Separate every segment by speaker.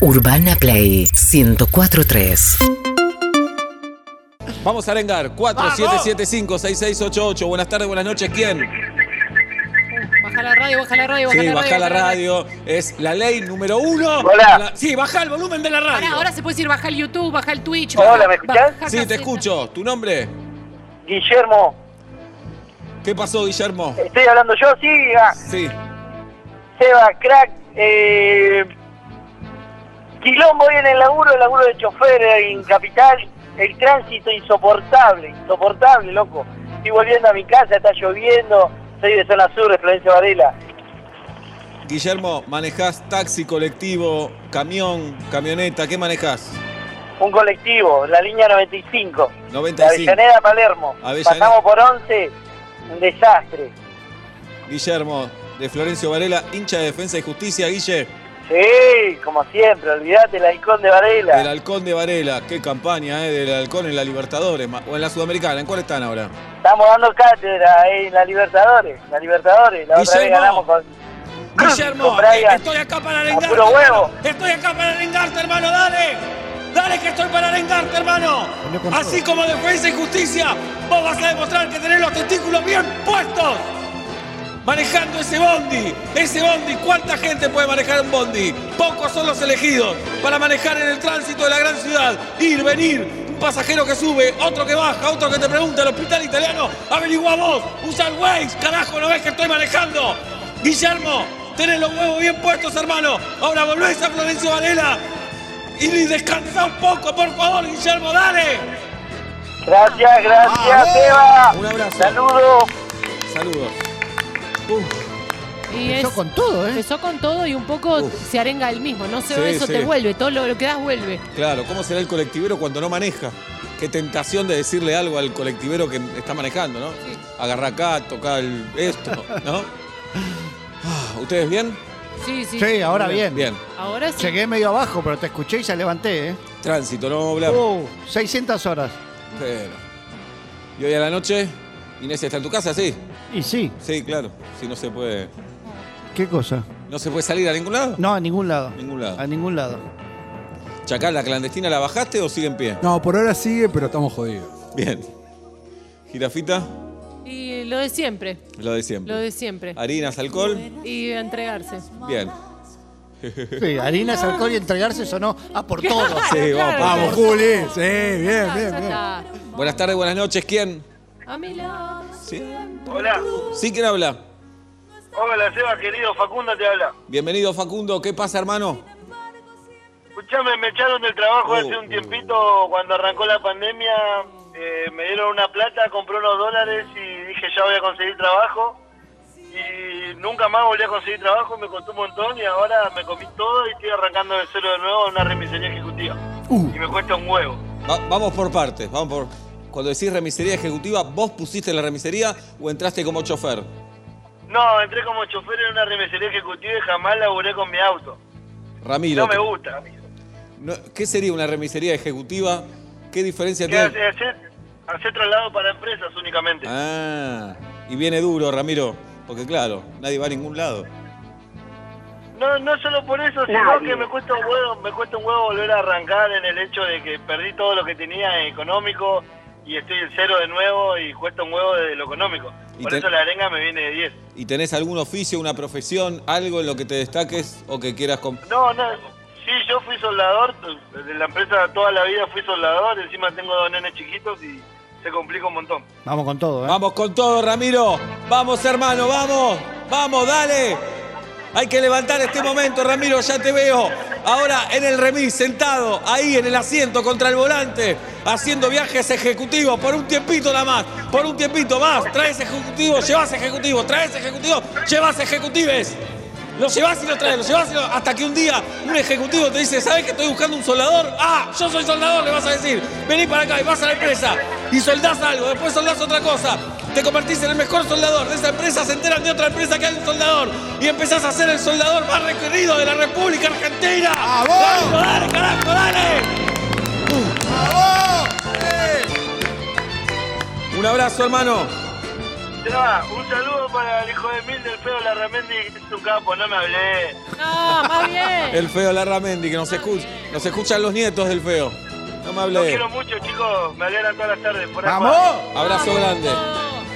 Speaker 1: Urbana Play 1043.
Speaker 2: Vamos a arengar. 4775-6688. Buenas tardes, buenas noches. ¿Quién?
Speaker 3: Baja la radio, baja la radio,
Speaker 2: Sí,
Speaker 3: baja la radio.
Speaker 2: baja la radio. Es la ley número uno.
Speaker 4: Hola.
Speaker 2: La- Sí, baja el volumen de la
Speaker 3: Pará,
Speaker 2: radio.
Speaker 3: ahora se puede decir baja el YouTube, baja el Twitch.
Speaker 4: Hola,
Speaker 3: baja-
Speaker 4: ¿me
Speaker 3: baja
Speaker 4: escuchás?
Speaker 2: Sí, te
Speaker 3: Gaceta.
Speaker 2: escucho. ¿Tu nombre?
Speaker 4: Guillermo,
Speaker 2: ¿Qué pasó, Guillermo?
Speaker 4: estoy hablando yo, sí, ah,
Speaker 2: Sí.
Speaker 4: Seba, crack, eh, quilombo viene el laburo, el laburo de chofer en Capital, el tránsito insoportable, insoportable, loco. Estoy volviendo a mi casa, está lloviendo, soy de zona sur, de Florencia Varela.
Speaker 2: Guillermo, manejás taxi, colectivo, camión, camioneta. ¿Qué manejás?
Speaker 4: Un colectivo, la línea 95, de
Speaker 2: 95.
Speaker 4: Avellaneda a Palermo.
Speaker 2: Avellaneda.
Speaker 4: Pasamos por 11, un desastre.
Speaker 2: Guillermo, de Florencio Varela, hincha de Defensa y Justicia. Guille,
Speaker 4: Sí, como siempre, olvídate el halcón de Varela.
Speaker 2: del Halcón de Varela. Qué campaña, ¿eh? Del Halcón en la Libertadores. ma- O en la Sudamericana. ¿En cuál están ahora?
Speaker 4: Estamos dando cátedra ahí en la Libertadores, la Libertadores, la otra vez
Speaker 2: Guillermo.
Speaker 4: ganamos con...
Speaker 2: Guillermo,
Speaker 4: Con Brian. Ah,
Speaker 2: estoy acá para arengarte.
Speaker 4: A puro
Speaker 2: hermano.
Speaker 4: huevo.
Speaker 2: Estoy acá para arengarte, hermano, dale. Dale que estoy para arengarte, hermano. Así como defensa y justicia, vos vas a demostrar que tenés los testículos bien puestos. Manejando ese bondi, ese bondi, ¿cuánta gente puede manejar un bondi? Pocos son los elegidos para manejar en el tránsito de la gran ciudad. Ir, venir, un pasajero que sube, otro que baja, otro que te pregunta, el hospital italiano, averigua vos, usa el Waze, carajo, no ves que estoy manejando. Guillermo, tenés los huevos bien puestos, hermano. Ahora volvés a Florencio Varela y descansa un poco, por favor, Guillermo, dale.
Speaker 4: Gracias, gracias, Seba.
Speaker 2: Un abrazo.
Speaker 4: Saludos.
Speaker 2: Saludos.
Speaker 3: Y es-
Speaker 5: Empezó con todo, ¿eh?
Speaker 3: Empezó con todo y un poco
Speaker 2: Uf.
Speaker 3: se arenga el mismo. No se
Speaker 2: Sí,
Speaker 3: eso
Speaker 2: sí.
Speaker 3: te vuelve. Todo lo, lo que das vuelve.
Speaker 2: Claro, ¿cómo será el colectivero cuando no maneja? Qué tentación de decirle algo al colectivero que está manejando, ¿no? Agarra acá, toca el esto, ¿no? Ah, ¿Ustedes bien?
Speaker 3: Sí, sí.
Speaker 5: Sí, ahora bien.
Speaker 2: Bien.
Speaker 3: Ahora sí.
Speaker 5: Llegué medio abajo, pero te escuché y ya levanté, ¿eh?
Speaker 2: Tránsito, no vamos a hablar.
Speaker 5: Uh, 600 horas.
Speaker 2: Pero. Y hoy a la noche, Inés está en tu casa, sí.
Speaker 5: Y sí,
Speaker 2: Sí, claro. Si no se puede.
Speaker 5: ¿qué cosa?
Speaker 2: ¿No se puede salir a ningún lado?
Speaker 5: No, a ningún lado.
Speaker 2: Ningún lado.
Speaker 5: A ningún lado.
Speaker 2: Chacal, ¿la clandestina la bajaste o sigue en pie?
Speaker 6: No, por ahora sigue, pero estamos jodidos.
Speaker 2: Bien. Girafita,
Speaker 3: Y lo de siempre.
Speaker 2: lo de siempre.
Speaker 3: Lo de siempre.
Speaker 2: Harinas, alcohol,
Speaker 3: Y entregarse.
Speaker 2: bien.
Speaker 5: Sí, harinas, alcohol y entregarse sonó a por todo.
Speaker 2: Sí, vamos.
Speaker 6: Vamos, Juli. Sí, bien, bien,
Speaker 3: Ya
Speaker 6: bien.
Speaker 3: está.
Speaker 2: Buenas tardes, buenas noches. ¿Quién?
Speaker 3: A mi lado.
Speaker 2: ¿Sí?
Speaker 4: Hola,
Speaker 2: ¿Sí? ¿Quién habla?
Speaker 4: hola, Seba, querido. Facundo te habla.
Speaker 2: Bienvenido, Facundo. ¿Qué pasa, hermano?
Speaker 4: Escuchame, me echaron del trabajo
Speaker 2: Oh.
Speaker 4: hace un tiempito cuando arrancó la pandemia. eh, me dieron una plata, compré unos dólares y dije ya voy a conseguir trabajo. Y nunca más volví a conseguir trabajo, me costó un montón y ahora me comí todo y estoy arrancando de cero de nuevo en una remisería ejecutiva. Y me cuesta un huevo.
Speaker 2: Va- vamos por partes. Vamos por... Cuando decís remisería ejecutiva, ¿vos pusiste la remisería o entraste como chofer?
Speaker 4: No, entré como chofer en una remisería ejecutiva y jamás laburé con mi auto.
Speaker 2: Ramiro.
Speaker 4: No me gusta, amigo.
Speaker 2: no- ¿Qué sería una remisería ejecutiva? ¿Qué diferencia
Speaker 4: Que
Speaker 2: tiene?
Speaker 4: hace, hacer, hacer traslado para empresas únicamente.
Speaker 2: Ah, y viene duro, Ramiro. Porque claro, nadie va a ningún lado.
Speaker 4: No, no solo por eso, sino que me cuesta un huevo, me cuesta un huevo volver a arrancar en el hecho de que perdí todo lo que tenía económico y estoy en cero de nuevo y cuesta un huevo de lo económico.
Speaker 2: Y
Speaker 4: Por
Speaker 2: te-
Speaker 4: eso la arenga me viene de 10.
Speaker 2: ¿Y tenés algún oficio, una profesión, algo en lo que te destaques o que quieras... com-
Speaker 4: No, no. Sí, yo fui soldador, de la empresa toda la vida fui soldador, encima tengo dos nenes chiquitos y se complica un montón.
Speaker 5: Vamos con todo, ¿eh?
Speaker 2: Vamos con todo, Ramiro. Vamos, hermano, vamos. Vamos, dale. Hay que levantar este momento, Ramiro, ya te veo. Ahora en el remis, sentado, ahí en el asiento contra el volante, haciendo viajes ejecutivos por un tiempito nada más. Por un tiempito más. Traes ejecutivos, llevas ejecutivos, traes ejecutivos, llevas ejecutives. Lo llevas y lo traes, lo llevas y lo... Hasta que un día un ejecutivo te dice, ¿sabes que estoy buscando un soldador? Ah, yo soy soldador, le vas a decir. Vení para acá y vas a la empresa. Y soldás algo, después soldás otra cosa. Te convertís en el mejor soldador. De esa empresa se enteran de otra empresa que hay un soldador. Y empezás a ser el soldador más requerido de la República Argentina. ¡Vamos! ¡Dale, carajo, dale! Un abrazo, hermano.
Speaker 4: Seba, un saludo para el hijo de Mil del Feo Larramendi, que es un capo, no me hablé.
Speaker 3: No, más bien.
Speaker 2: El feo Larramendi, que nos, escu- nos escuchan los nietos del feo. No me
Speaker 4: Los
Speaker 2: hable.
Speaker 4: quiero mucho, chicos. Me alegran todas las tardes. Por ahí
Speaker 6: ¡Vamos!
Speaker 2: Abrazo grande.
Speaker 4: va.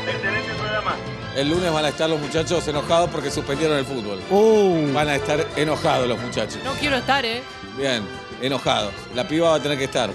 Speaker 4: Excelente programa.
Speaker 2: El lunes van a estar los muchachos enojados porque suspendieron el fútbol.
Speaker 5: Uh,
Speaker 2: Van a estar enojados los muchachos.
Speaker 3: No quiero estar, ¿eh?
Speaker 2: Bien, enojados. La piba va a tener que estar.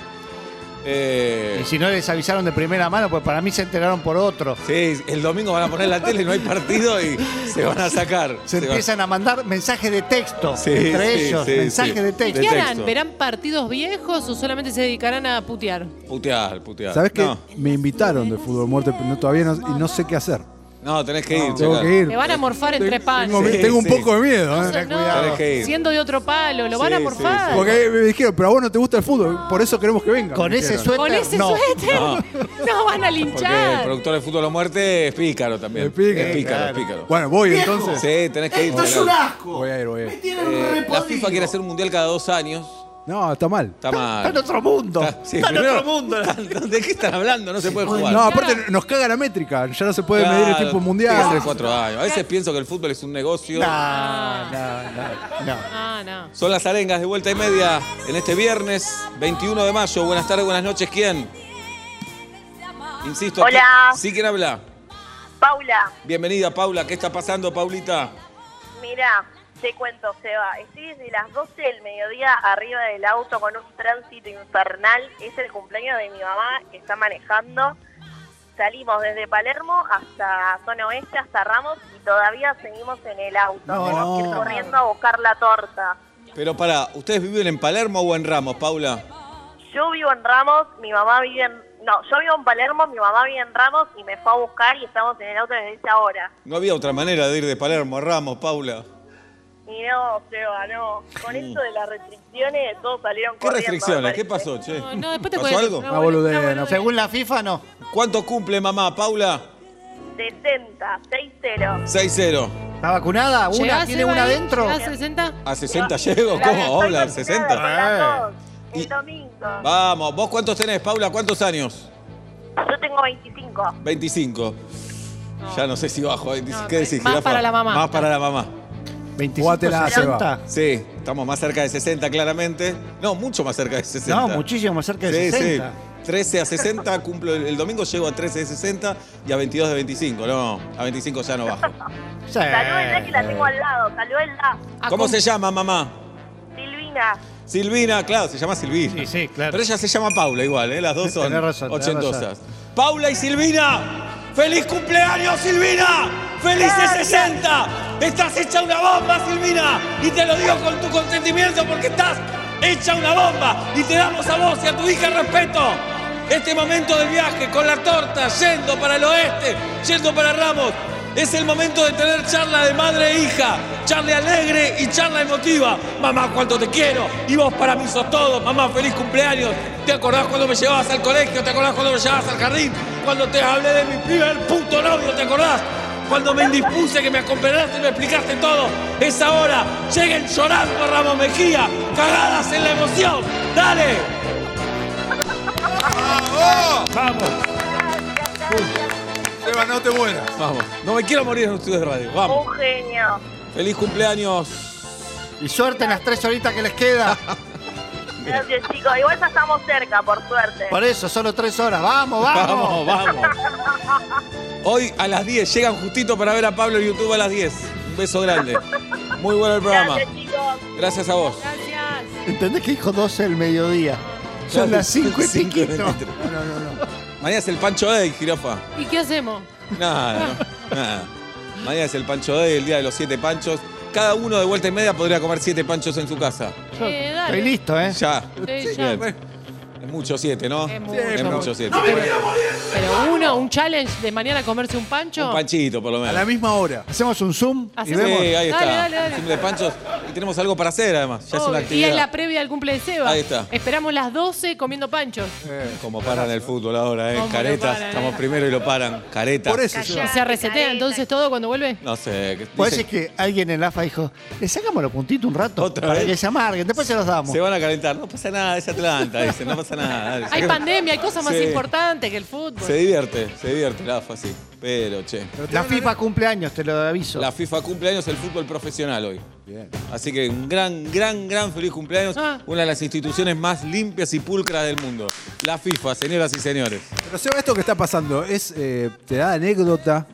Speaker 2: Eh,
Speaker 5: y si no les avisaron de primera mano, pues para mí se enteraron por otro.
Speaker 2: sí, el domingo van a poner la tele, no hay partido y se van a sacar.
Speaker 5: Se
Speaker 2: van-
Speaker 5: empiezan a mandar mensajes de texto
Speaker 2: Sí,
Speaker 5: entre
Speaker 2: sí,
Speaker 5: ellos,
Speaker 2: sí,
Speaker 5: mensajes
Speaker 2: sí.
Speaker 5: de
Speaker 3: ¿Y
Speaker 5: texto.
Speaker 2: De
Speaker 3: qué harán?
Speaker 2: texto.
Speaker 3: ¿Verán partidos viejos o solamente se dedicarán a putear?
Speaker 2: Putear, putear.
Speaker 6: ¿Sabes qué?
Speaker 2: No,
Speaker 6: Me invitaron de fútbol muerto, pero no, todavía no, y no sé qué hacer.
Speaker 2: no, tenés que ir.
Speaker 6: Tengo
Speaker 2: Chacal.
Speaker 6: que ir.
Speaker 3: Te van a morfar entre panes.
Speaker 6: Tengo, mi-
Speaker 2: Sí,
Speaker 6: tengo un
Speaker 2: sí.
Speaker 6: poco de miedo, ¿eh?
Speaker 3: No,
Speaker 2: Tenés que ir.
Speaker 3: siendo de otro palo, lo van a
Speaker 2: Sí,
Speaker 3: morfar.
Speaker 2: sí,
Speaker 6: Porque me dijeron, pero a vos no te gusta el fútbol, por eso queremos que venga.
Speaker 5: Con
Speaker 6: me
Speaker 5: ese
Speaker 6: dijeron.
Speaker 5: suéter,
Speaker 3: Con ese
Speaker 5: no.
Speaker 3: suéter
Speaker 2: No.
Speaker 3: no. van a
Speaker 2: Porque el
Speaker 3: linchar.
Speaker 2: productor de Fútbol a Muerte es pícaro también.
Speaker 6: Es pícaro.
Speaker 2: Es pícaro, es
Speaker 5: Claro.
Speaker 2: pícaro.
Speaker 6: Bueno, voy entonces.
Speaker 2: Sí, tenés que ir.
Speaker 7: Esto es
Speaker 2: chacal.
Speaker 7: un asco.
Speaker 6: Voy a ir, voy a
Speaker 7: Me
Speaker 6: ir.
Speaker 7: tienen
Speaker 2: Eh, la
Speaker 7: repodido.
Speaker 2: FIFA quiere hacer un mundial cada dos años.
Speaker 6: No, está mal.
Speaker 2: Está
Speaker 5: Está en
Speaker 2: mal.
Speaker 5: otro mundo.
Speaker 2: Está- sí,
Speaker 5: está en
Speaker 2: primero,
Speaker 5: otro mundo.
Speaker 2: está- ¿De qué están hablando? No se puede jugar.
Speaker 6: No, aparte nos caga la métrica, ya no se puede medir el tiempo mundial.
Speaker 2: Tres, cuatro años. A veces pienso que el fútbol es un negocio.
Speaker 5: No, no, no, no.
Speaker 3: Ah, no.
Speaker 2: Son las arengas de vuelta y media en este viernes 21 de mayo. Buenas tardes, buenas noches. ¿Quién? Insisto. aquí-
Speaker 8: Hola.
Speaker 2: ¿Sí quién habla?
Speaker 8: Paula,
Speaker 2: Bienvenida, Paula. ¿Qué está pasando, Paulita?
Speaker 8: mira, te cuento, Seba. Estoy desde las 12 del mediodía arriba del auto con un tránsito infernal. Es el cumpleaños de mi mamá que está manejando. Salimos desde Palermo hasta zona oeste, hasta Ramos y todavía seguimos en el auto.
Speaker 5: No.
Speaker 8: Tenemos que ir corriendo a buscar la torta.
Speaker 2: Pero para, ¿ustedes viven en Palermo o en Ramos, Paula?
Speaker 8: Yo vivo en Ramos, mi mamá vive en... No, yo vivo en Palermo, mi mamá vive en Ramos y me fue a buscar y estamos en el auto desde esa hora.
Speaker 2: No había otra manera de ir de Palermo a Ramos, Paula.
Speaker 8: Y no, Seba, no. Con esto de las restricciones, todos salieron
Speaker 2: Mm. ¿Qué
Speaker 8: corriendo.
Speaker 2: restricciones?
Speaker 8: me
Speaker 2: ¿Qué
Speaker 8: parece.
Speaker 2: pasó, che?
Speaker 3: No, no, después te
Speaker 2: ¿Pasó
Speaker 3: cuento.
Speaker 2: algo?
Speaker 3: No,
Speaker 6: Una boludez, no.
Speaker 5: Según la FIFA, no.
Speaker 2: ¿Cuánto cumple mamá, Paula?
Speaker 8: 60, 6-0.
Speaker 2: 6-0.
Speaker 5: ¿Está vacunada? ¿Una?
Speaker 3: ¿Llegás,
Speaker 5: ¿Tiene
Speaker 3: Eva,
Speaker 5: una
Speaker 3: ahí?
Speaker 5: adentro?
Speaker 3: ¿Llegás a 60?
Speaker 2: ¿A 60 llego? ¿Cómo? Hola, 60. Y-
Speaker 8: El domingo.
Speaker 2: Vamos, ¿vos cuántos tenés, Paula? ¿Cuántos años?
Speaker 8: Yo tengo 25.
Speaker 2: 25. Ya no sé si bajo. 25. ¿Qué decís,
Speaker 3: más
Speaker 2: jirafa?
Speaker 3: para la mamá.
Speaker 2: Más para la mamá.
Speaker 5: 25,
Speaker 6: Jugátela,
Speaker 5: 60.
Speaker 6: Seba.
Speaker 2: Sí, estamos más cerca de 60 claramente. No, mucho más cerca de 60.
Speaker 5: No, muchísimo más cerca de
Speaker 2: Sí,
Speaker 5: 60.
Speaker 2: sí. 13 a 60, cumplo el, el domingo, llego a 13 de 60 y a 22 de 25. No, a 25 ya no bajo.
Speaker 5: Sí.
Speaker 2: Eh.
Speaker 8: Salúdenla que la tengo al lado. Salúdenla.
Speaker 2: ¿Cómo
Speaker 3: Acom-
Speaker 2: se llama, mamá?
Speaker 8: Silvina.
Speaker 2: Silvina, claro, se llama Silvina.
Speaker 5: Sí, sí, claro.
Speaker 2: Pero ella se llama Paula igual, ¿eh? las dos son
Speaker 5: Tenés razón, tenés
Speaker 2: ochentosas.
Speaker 5: razón.
Speaker 2: Paula y Silvina, ¡feliz cumpleaños, Silvina! ¡Felices 60! Estás hecha una bomba, Silvina, y te lo digo con tu consentimiento porque estás hecha una bomba y te damos a vos y a tu hija el respeto. Este momento del viaje con la torta, yendo para el oeste, yendo para Ramos, es el momento de tener charla de madre e hija, charla alegre y charla emotiva. Mamá, cuánto te quiero y vos para mí sos todo. Mamá, feliz cumpleaños. ¿Te acordás cuando me llevabas al colegio? ¿Te acordás cuando me llevabas al jardín? Cuando te hablé de mi primer punto novio, ¿te acordás? Cuando me indispuse, que me acompañaste y me explicaste todo. Es ahora. Lleguen llorando a Ramos Mejía, cagadas en la emoción. ¡Dale! ¡Vamos!
Speaker 6: Seba, no te mueras.
Speaker 2: Vamos. No me quiero morir en un estudio de radio. Vamos.
Speaker 8: Un genio.
Speaker 2: Feliz cumpleaños.
Speaker 5: Y suerte en las tres horitas que les queda.
Speaker 8: Gracias, chicos. Igual ya estamos cerca, por suerte.
Speaker 5: Por eso, solo tres horas. Vamos, vamos.
Speaker 2: Vamos, vamos. Hoy a las 10 llegan justito para ver a Pablo en YouTube a las 10. Un beso grande. Muy bueno el programa.
Speaker 8: Gracias, chicos.
Speaker 2: Gracias a vos.
Speaker 3: Gracias.
Speaker 5: ¿Entendés que dijo 12 el mediodía? Son las 5 y
Speaker 2: Cinco y
Speaker 5: piquito.
Speaker 2: veintitrés.
Speaker 5: No, no, no, no.
Speaker 2: Mañana es el Pancho Day, jirafa.
Speaker 3: ¿Y qué hacemos?
Speaker 2: Nada, no, nada. Mañana es el Pancho Day, el día de los siete panchos. Cada uno de vuelta y media podría comer siete panchos en su casa.
Speaker 3: Eh, dale.
Speaker 5: Estoy listo, ¿eh?
Speaker 2: Ya.
Speaker 3: Sí, ya.
Speaker 2: Bien. Es mucho siete, ¿no?
Speaker 3: Es mucho.
Speaker 2: Es mucho siete.
Speaker 3: Pero uno, un challenge de mañana comerse un pancho.
Speaker 2: Un panchito, por lo
Speaker 6: A
Speaker 2: menos.
Speaker 6: la misma hora.
Speaker 5: Hacemos un zoom y
Speaker 3: Hacemos-
Speaker 2: Sí,
Speaker 5: vemos.
Speaker 2: ahí está.
Speaker 3: Dale, dale, dale.
Speaker 2: Siempre de panchos. Y tenemos algo para hacer, además. Ya es una
Speaker 3: Obvio. Oh, y
Speaker 2: actividad.
Speaker 3: es la previa al cumple de Seba.
Speaker 2: Ahí está.
Speaker 3: Esperamos las 12 comiendo panchos.
Speaker 2: Como paran el fútbol ahora, ¿eh?
Speaker 3: Cómo lo
Speaker 2: Caretas.
Speaker 3: paran, eh.
Speaker 2: Estamos primero y lo paran. Caretas.
Speaker 6: Por eso,
Speaker 3: Y
Speaker 6: Seba.
Speaker 3: se resetea entonces todo cuando vuelve.
Speaker 2: No sé. que
Speaker 5: Pues
Speaker 2: dicen-
Speaker 5: es que alguien en la AFA dijo, le sacamos los puntitos un rato
Speaker 2: ¿Otra
Speaker 5: para
Speaker 2: vez?
Speaker 5: que se amarguen, después se los damos.
Speaker 2: Se van a calentar. No pasa nada, es Atlanta, dicen. No pasa pasa nada. dale,
Speaker 3: Hay
Speaker 2: saquemos-
Speaker 3: pandemia, hay cosas más
Speaker 2: Sí.
Speaker 3: importantes que el fútbol.
Speaker 2: Se divierte, se divierte la AFA, sí. Pero, che.
Speaker 5: La FIFA cumple años, te lo aviso.
Speaker 2: La FIFA cumpleaños el fútbol profesional hoy.
Speaker 6: Bien.
Speaker 2: Así que un gran, gran, gran feliz cumpleaños.
Speaker 3: Ah.
Speaker 2: Una de las instituciones más limpias y pulcras del mundo. La FIFA, señoras y señores.
Speaker 6: Pero Seba, esto que está pasando, es eh, te da anécdota,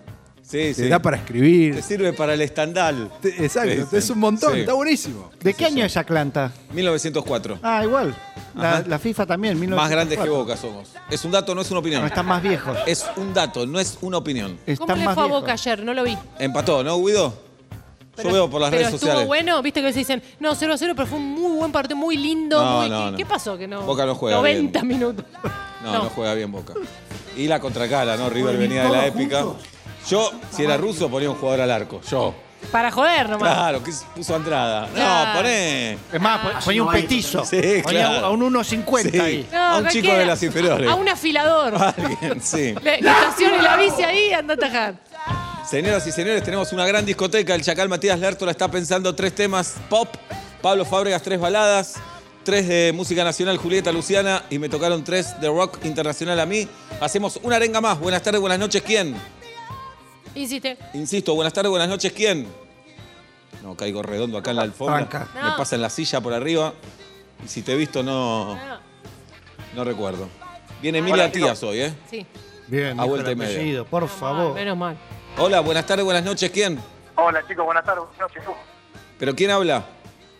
Speaker 2: Sí,
Speaker 6: te
Speaker 2: sí.
Speaker 6: da para escribir.
Speaker 2: Te sirve para el estandal.
Speaker 6: te- exacto,
Speaker 2: Sí,
Speaker 6: es un montón,
Speaker 2: sí.
Speaker 6: está buenísimo.
Speaker 5: ¿De qué año es Atlanta?
Speaker 2: 1904.
Speaker 5: Ah, igual. La,
Speaker 2: Ajá.
Speaker 5: la FIFA también,
Speaker 2: Más
Speaker 5: 1904.
Speaker 2: grandes que Boca somos. Es un dato, no es una opinión.
Speaker 5: No, están más viejos.
Speaker 2: Es un dato, no es una opinión.
Speaker 5: Están
Speaker 3: ¿Cómo le
Speaker 5: más
Speaker 3: fue a
Speaker 5: viejos.
Speaker 3: Boca ayer? No lo vi.
Speaker 2: Empató, ¿no, Guido?
Speaker 3: Pero-
Speaker 2: Yo veo por las
Speaker 3: pero
Speaker 2: redes sociales.
Speaker 3: estuvo bueno, viste que se dicen, no, 0 0, pero fue un muy buen partido, muy lindo.
Speaker 2: No,
Speaker 3: muy-
Speaker 2: no,
Speaker 3: ¿qué,
Speaker 2: no.
Speaker 3: qué pasó? Que no,
Speaker 2: Boca no juega
Speaker 3: 90
Speaker 2: bien.
Speaker 3: minutos.
Speaker 2: No, no, juega bien Boca. Y la contracala, ¿no? River venía de la épica. Yo, si era ruso, ponía un jugador al arco. Yo.
Speaker 3: Para joder nomás.
Speaker 2: Claro, que puso Andrada. No,
Speaker 3: Claro.
Speaker 2: poné.
Speaker 5: Es más, po- ponía un petizo.
Speaker 2: Sí,
Speaker 5: Ponía
Speaker 2: claro.
Speaker 5: a un 1.50
Speaker 2: Sí.
Speaker 5: ahí.
Speaker 3: No,
Speaker 2: A un
Speaker 3: cualquiera.
Speaker 2: chico de las inferiores.
Speaker 3: A un afilador.
Speaker 2: Alguien, sí.
Speaker 3: Le, le estacione la bici ahí y anda a tajar.
Speaker 2: Señoras y señores, tenemos una gran discoteca. El Chacal Matías Lertora está pensando tres temas pop. Pablo Fábregas, tres baladas. Tres de música nacional, Julieta Luciana. Y me tocaron tres de rock internacional a mí. Hacemos una arenga más. Buenas tardes, buenas noches, ¿quién?
Speaker 3: Insiste.
Speaker 2: Insisto, buenas tardes, buenas noches, ¿quién? No, caigo redondo acá en la alfombra.
Speaker 5: Tranca.
Speaker 2: Me
Speaker 3: No.
Speaker 2: pasa en la silla por arriba. Y si te he visto, no,
Speaker 3: Ah,
Speaker 2: no recuerdo. Viene Emilia Tías hoy, ¿eh?
Speaker 3: sí.
Speaker 5: Bien, dijo
Speaker 2: vuelta
Speaker 5: el
Speaker 2: y media.
Speaker 5: apellido, por
Speaker 3: Ah,
Speaker 5: favor.
Speaker 3: menos mal.
Speaker 2: Hola, buenas tardes, buenas noches, ¿quién?
Speaker 4: Hola chicos, buenas tardes, buenas noches.
Speaker 2: ¿Pero quién habla?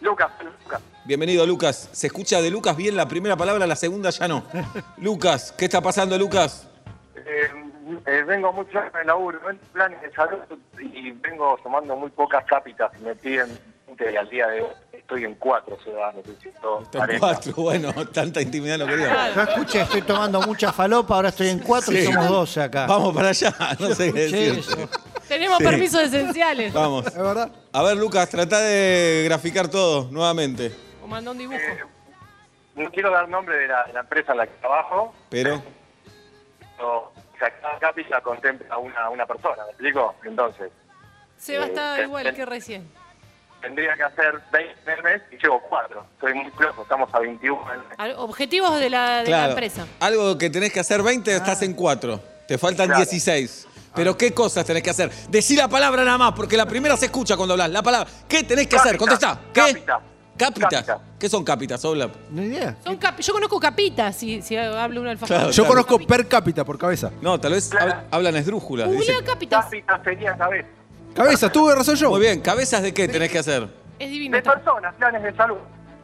Speaker 4: Lucas, Lucas.
Speaker 2: Bienvenido, Lucas. Se escucha de Lucas bien la primera palabra, la segunda ya no. Lucas, ¿qué está pasando, Lucas?
Speaker 4: Eh, eh, vengo mucho en el laburo, en planes de salud y vengo tomando muy pocas cápitas. Me piden 20 y al día de hoy estoy en 4 ciudadanos.
Speaker 2: Está en cuatro, bueno, tanta intimidad no quería.
Speaker 5: Yo escuché, estoy tomando mucha falopa, ahora estoy en 4
Speaker 2: Sí.
Speaker 5: y somos 12 acá.
Speaker 2: Vamos para allá, no sé qué
Speaker 5: Escuché
Speaker 2: decirte.
Speaker 5: eso.
Speaker 3: Tenemos
Speaker 2: Sí. Ah.
Speaker 3: permisos esenciales.
Speaker 2: Vamos.
Speaker 6: ¿Es verdad?
Speaker 2: A ver, Lucas, trata de graficar todo nuevamente.
Speaker 3: O mandó un dibujo.
Speaker 4: No quiero dar nombre de la, de la empresa en la que trabajo,
Speaker 2: Pero,
Speaker 4: pero o sea, cada cápita contempla a una, a una persona, ¿me explico? Entonces,
Speaker 3: Seba está
Speaker 4: eh,
Speaker 3: igual que recién.
Speaker 4: tendría que hacer 20 en el mes y llevo 4. Soy muy flojo, estamos a 21 en el mes.
Speaker 3: Al- Objetivos de la, de la
Speaker 2: claro,
Speaker 3: empresa.
Speaker 2: algo que tenés que hacer 20, estás en cuatro. Te faltan
Speaker 4: Ah. Claro. Ah.
Speaker 2: 16. Pero, ¿qué cosas tenés que hacer? Decí la palabra nada más, porque la primera se escucha cuando hablas. La palabra. ¿Qué tenés que hacer?
Speaker 4: Cápita,
Speaker 2: Contestá. ¿Qué?
Speaker 4: cápita,
Speaker 2: Cápitas.
Speaker 4: cápita.
Speaker 2: ¿Qué son cápitas, Oblap?
Speaker 5: No idea.
Speaker 3: Son cap- yo conozco capitas, si, si hablo un alfajor.
Speaker 2: Claro,
Speaker 6: Yo
Speaker 2: claro.
Speaker 6: conozco per cápita por cabeza.
Speaker 2: No, tal vez hab- hablan esdrújulas.
Speaker 3: Googlea
Speaker 2: dicen.
Speaker 3: capitas.
Speaker 4: Cápitas sería cabeza.
Speaker 6: Cabeza, tuve razón yo.
Speaker 2: Muy bien, ¿cabezas de qué tenés que hacer?
Speaker 3: Es divino.
Speaker 4: De personas, planes de salud.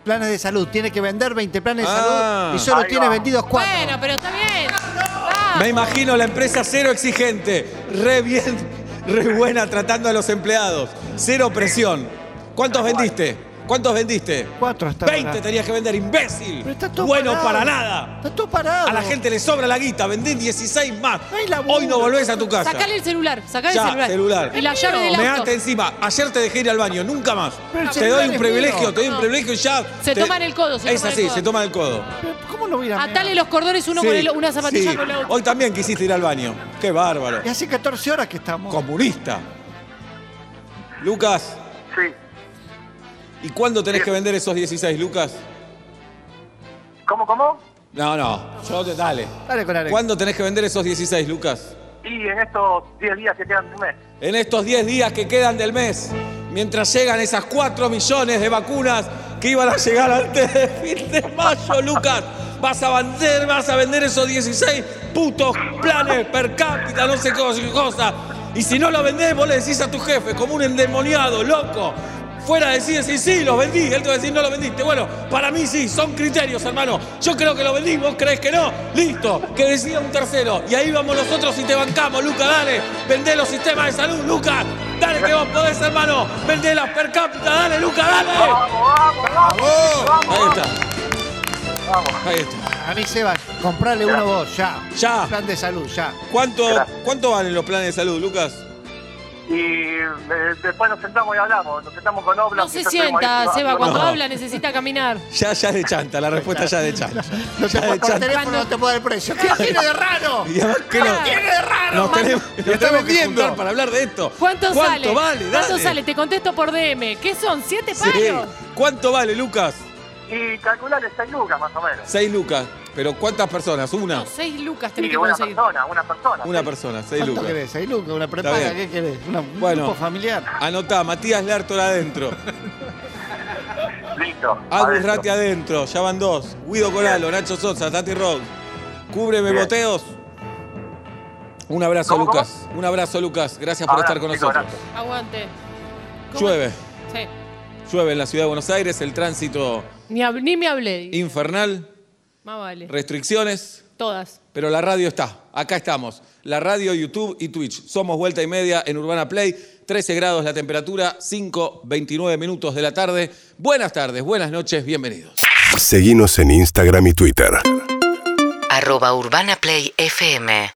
Speaker 5: Planes de salud, tiene que vender 20 planes de
Speaker 2: Ah.
Speaker 5: salud y solo
Speaker 4: Ahí
Speaker 5: tiene
Speaker 4: va.
Speaker 5: vendidos 4.
Speaker 3: Bueno, pero está bien. Ah,
Speaker 2: Me imagino la empresa cero exigente, re bien, re buena tratando a los empleados, cero presión. ¿Cuántos vendiste? ¿Cuántos vendiste?
Speaker 5: Cuatro hasta
Speaker 2: 20
Speaker 5: ahora.
Speaker 2: tenías que vender, imbécil.
Speaker 5: Pero está todo
Speaker 2: bueno
Speaker 5: parado.
Speaker 2: para nada.
Speaker 5: Está todo parado.
Speaker 2: A la gente le sobra la guita, vendés 16 más.
Speaker 5: No hay laburo.
Speaker 2: Hoy no volvés a tu casa.
Speaker 3: Sacale el celular, sacale
Speaker 2: Ya,
Speaker 3: el celular. Y la llave del
Speaker 2: Me
Speaker 3: auto.
Speaker 2: ate encima. Ayer te dejé ir al baño, nunca más.
Speaker 5: Pero el
Speaker 2: Te
Speaker 5: celular
Speaker 2: doy un
Speaker 5: es
Speaker 2: privilegio,
Speaker 5: mío.
Speaker 2: te doy un
Speaker 3: No.
Speaker 2: privilegio y ya.
Speaker 3: Se
Speaker 2: te-
Speaker 3: toman el codo, se
Speaker 2: es
Speaker 3: toman el
Speaker 2: así,
Speaker 3: codo.
Speaker 2: se toman el codo.
Speaker 5: Pero, ¿Cómo lo voy a ir a
Speaker 3: Atale
Speaker 5: mear?
Speaker 3: los cordones uno con
Speaker 2: Sí,
Speaker 3: el- una zapatilla
Speaker 2: sí.
Speaker 3: con la otra.
Speaker 2: Hoy también quisiste ir al baño. Qué bárbaro.
Speaker 5: Y hace 14 horas que estamos.
Speaker 2: Comunista. Lucas,
Speaker 4: Sí.
Speaker 2: ¿y cuándo tenés que vender esos 16, Lucas?
Speaker 4: ¿Cómo, cómo?
Speaker 2: No, no. Yo te dale.
Speaker 5: Dale con la arenga.
Speaker 2: ¿Cuándo tenés que vender esos 16, Lucas?
Speaker 4: Y en estos 10 días que quedan de un mes.
Speaker 2: En estos 10 días que quedan del mes, mientras llegan esas 4 millones de vacunas que iban a llegar antes del fin de mayo, Lucas, vas a vender, vas a vender esos 16 putos planes per cápita, no sé qué cosa. Y si no lo vendés, vos le decís a tu jefe, como un endemoniado, loco. Fuera decís, sí, sí, los vendí. Él te va a decir, no lo vendiste. Bueno, para mí sí, son criterios, hermano. Yo creo que lo vendí, vos crees que no. Listo, que decida un tercero. Y ahí vamos nosotros y te bancamos, Luca, dale. Vendé los sistemas de salud, Lucas. Dale que vos podés, hermano. Vendé las per cápita, dale, Luca, dale.
Speaker 4: ¡Vamos, vamos!
Speaker 2: Ahí está. Ahí está.
Speaker 5: A mí, Seba, comprale uno vos, ya.
Speaker 2: Ya.
Speaker 5: Plan de salud, ya.
Speaker 2: ¿Cuánto,
Speaker 4: Gracias.
Speaker 2: ¿Cuánto valen los planes de salud, Lucas?
Speaker 4: Y eh, después nos sentamos y hablamos. Nos sentamos con Obla.
Speaker 3: No se sienta, Seba, cuando
Speaker 2: No.
Speaker 3: habla necesita caminar.
Speaker 2: Ya, ya de chanta, la respuesta ya de chanta.
Speaker 5: No te
Speaker 2: Ya
Speaker 5: puedo,
Speaker 2: de
Speaker 5: por
Speaker 2: chanta.
Speaker 5: teléfono no te puedo dar el precio. ¿Qué tiene de raro?
Speaker 2: Y además, ¿qué no-
Speaker 5: tiene de raro?
Speaker 2: Nos
Speaker 5: mano?
Speaker 2: tenemos, nos
Speaker 5: Lo
Speaker 2: tenemos
Speaker 5: estamos
Speaker 2: que juntar
Speaker 5: viendo.
Speaker 2: para hablar de esto.
Speaker 3: ¿Cuánto, sale?
Speaker 2: ¿Cuánto vale?
Speaker 3: ¿Cuánto
Speaker 2: Dale.
Speaker 3: sale? Te contesto por DM. ¿Qué son? ¿Siete
Speaker 2: Sí.
Speaker 3: palos?
Speaker 2: ¿Cuánto vale, Lucas?
Speaker 4: Y Y calcularle 6 lucas más o menos.
Speaker 2: Seis lucas. ¿Pero cuántas personas? Una.
Speaker 3: No, seis lucas tenés
Speaker 4: Sí,
Speaker 3: que
Speaker 4: una
Speaker 3: conseguir.
Speaker 4: persona, una persona.
Speaker 2: Una
Speaker 4: sí.
Speaker 2: persona, seis
Speaker 5: ¿Cuánto
Speaker 2: lucas.
Speaker 5: querés? ¿Seis lucas? ¿Una
Speaker 2: Está
Speaker 5: prepaga?
Speaker 2: bien.
Speaker 5: ¿Qué querés? Una- ¿Un
Speaker 2: Bueno.
Speaker 5: grupo familiar?
Speaker 2: Anotá, Matías Lertora adentro.
Speaker 4: Listo.
Speaker 2: Agus
Speaker 4: adentro.
Speaker 2: Ratti adentro. Ya van dos. Guido Coralo, Nacho Sosa, Tati Rock. Cúbreme
Speaker 4: Bien.
Speaker 2: boteos. Un abrazo,
Speaker 4: ¿Cómo,
Speaker 2: Lucas. Un abrazo, Lucas. Gracias por
Speaker 4: Abrazo,
Speaker 2: estar con
Speaker 4: chicos,
Speaker 2: nosotros.
Speaker 4: abrazo.
Speaker 3: Aguante. ¿Cómo-
Speaker 2: Llueve.
Speaker 3: Sí.
Speaker 2: Llueve en la ciudad de Buenos Aires, el tránsito
Speaker 3: Ni, hab- ni me hablé.
Speaker 2: infernal,
Speaker 3: Más vale.
Speaker 2: restricciones,
Speaker 3: Todas.
Speaker 2: pero la radio está. Acá estamos. La radio, YouTube y Twitch. Somos vuelta y media en Urbana Play. 13 grados la temperatura, 5, 29 minutos de la tarde. Buenas tardes, buenas noches, bienvenidos.
Speaker 7: Seguinos en Instagram y Twitter.
Speaker 1: Arroba Urbana Play FM